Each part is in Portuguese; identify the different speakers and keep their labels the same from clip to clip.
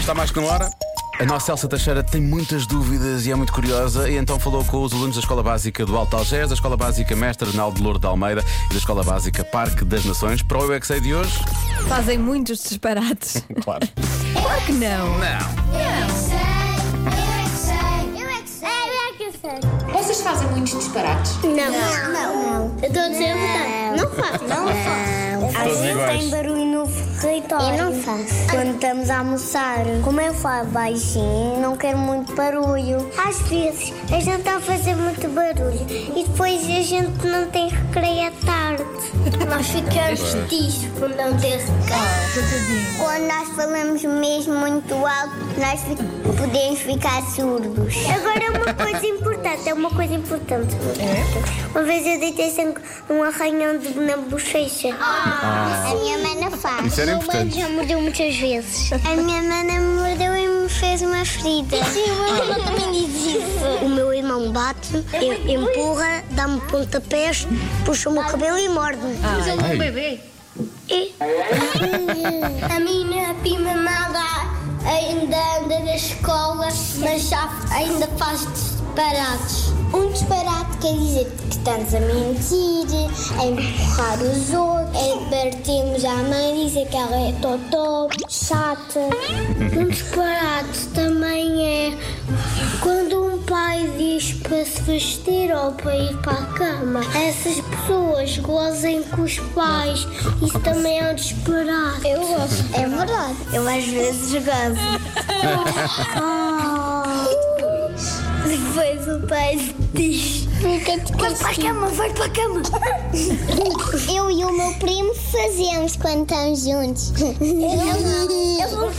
Speaker 1: Está mais que uma hora?
Speaker 2: A nossa Elsa Teixeira tem muitas dúvidas e é muito curiosa e então falou com os alunos da Escola Básica do Alto Algés, da Escola Básica Mestre Arnaldo Louro de Almeida e da Escola Básica Parque das Nações para o UXA de hoje.
Speaker 3: Fazem muitos disparates.
Speaker 1: Claro.
Speaker 3: Claro que não.
Speaker 4: Vocês fazem muitos disparates.
Speaker 5: Não. Não. Não. Eu estou a dizer não. Não faço. Não, faço.
Speaker 1: Todos
Speaker 5: Às vezes
Speaker 1: iguais.
Speaker 5: tem barulho no refeitório. Eu não faço. Quando estamos a almoçar. Como eu falo baixinho, não quero muito barulho. Às vezes a gente está a fazer muito barulho e depois a gente não tem recreio à tarde. Nós ficamos tristes por não ter recreio. Quando nós falamos mesmo muito alto, nós fi- podemos ficar surdos. Agora é uma coisa importante, é uma coisa importante. Uma vez eu deitei sangue, um arranhão de, na bochecha. Ah, A minha mana faz.
Speaker 1: Isso era importante.
Speaker 5: já mordeu muitas vezes. A minha mana me mordeu e me fez uma ferida. Sim, o meu irmão também diz isso. É O meu irmão bate, empurra, dá-me pontapés, puxa-me o cabelo e morde-me. um É. Ah. A minha prima Mara ainda anda na escola, mas já ainda faz disparates. Um disparate quer dizer que estamos a mentir, a empurrar os outros, a divertirmos a mãe, dizer que ela é totó, chata. Um disparate também é quando um pai diz para se vestir ou para ir para a cama, essas pessoas gozem com os pais. Isso também é um disparate. Eu gosto. É verdade. Eu às vezes gozo. Depois o pai diz: Vai para a cama, vai para a cama. Eu e o meu primo fazemos quando estamos juntos.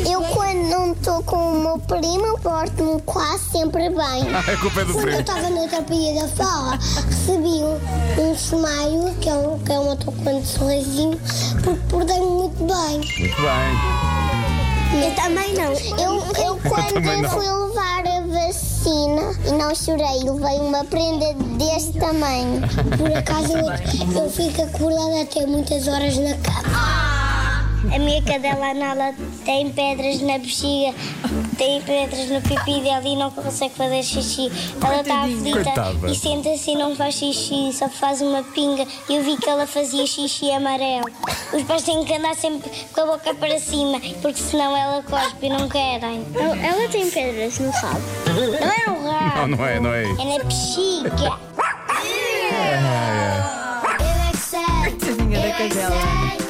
Speaker 5: Eu, quando não estou com o meu primo, eu porto-me quase sempre bem.
Speaker 1: A culpa é do
Speaker 5: Quando eu
Speaker 1: primo.
Speaker 5: estava na terapia da fala, recebi um, um smile, que é, um, que é uma tocante sorrisinho, porque portei-me muito bem.
Speaker 1: Muito
Speaker 3: É
Speaker 1: bem.
Speaker 5: Eu também não. Eu, eu quando
Speaker 1: também não.
Speaker 5: fui levar a vacina e não chorei, levei uma prenda deste tamanho. Por acaso eu, eu fico acordada até muitas horas na cama. A minha cadela Nala tem pedras na bexiga, tem pedras no pipi dela e não consegue fazer xixi. Ela está aflita
Speaker 1: Coitada.
Speaker 5: e senta-se e não faz xixi, só faz uma pinga. E eu vi que ela fazia xixi amarelo. Os pais têm que andar sempre com a boca para cima, porque senão ela cospe e não querem. Ela tem pedras no rabo. Não é no rabo.
Speaker 2: Oh,
Speaker 1: Não, não é, não é.
Speaker 5: É na bexiga.
Speaker 3: Tadinha da cadela.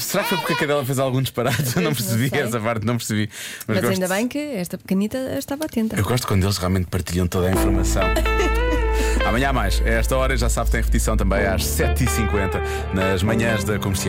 Speaker 1: Será que foi porque a cadela fez algum disparate? Eu não percebi
Speaker 3: sei.
Speaker 1: essa parte, não percebi. Mas,
Speaker 3: Mas
Speaker 1: gosto.
Speaker 3: ainda bem que esta pequenita estava atenta.
Speaker 1: Eu gosto quando eles realmente partilham toda a informação. Amanhã há mais. A esta hora, já sabe, tem repetição também às 7h50 nas manhãs da comercial.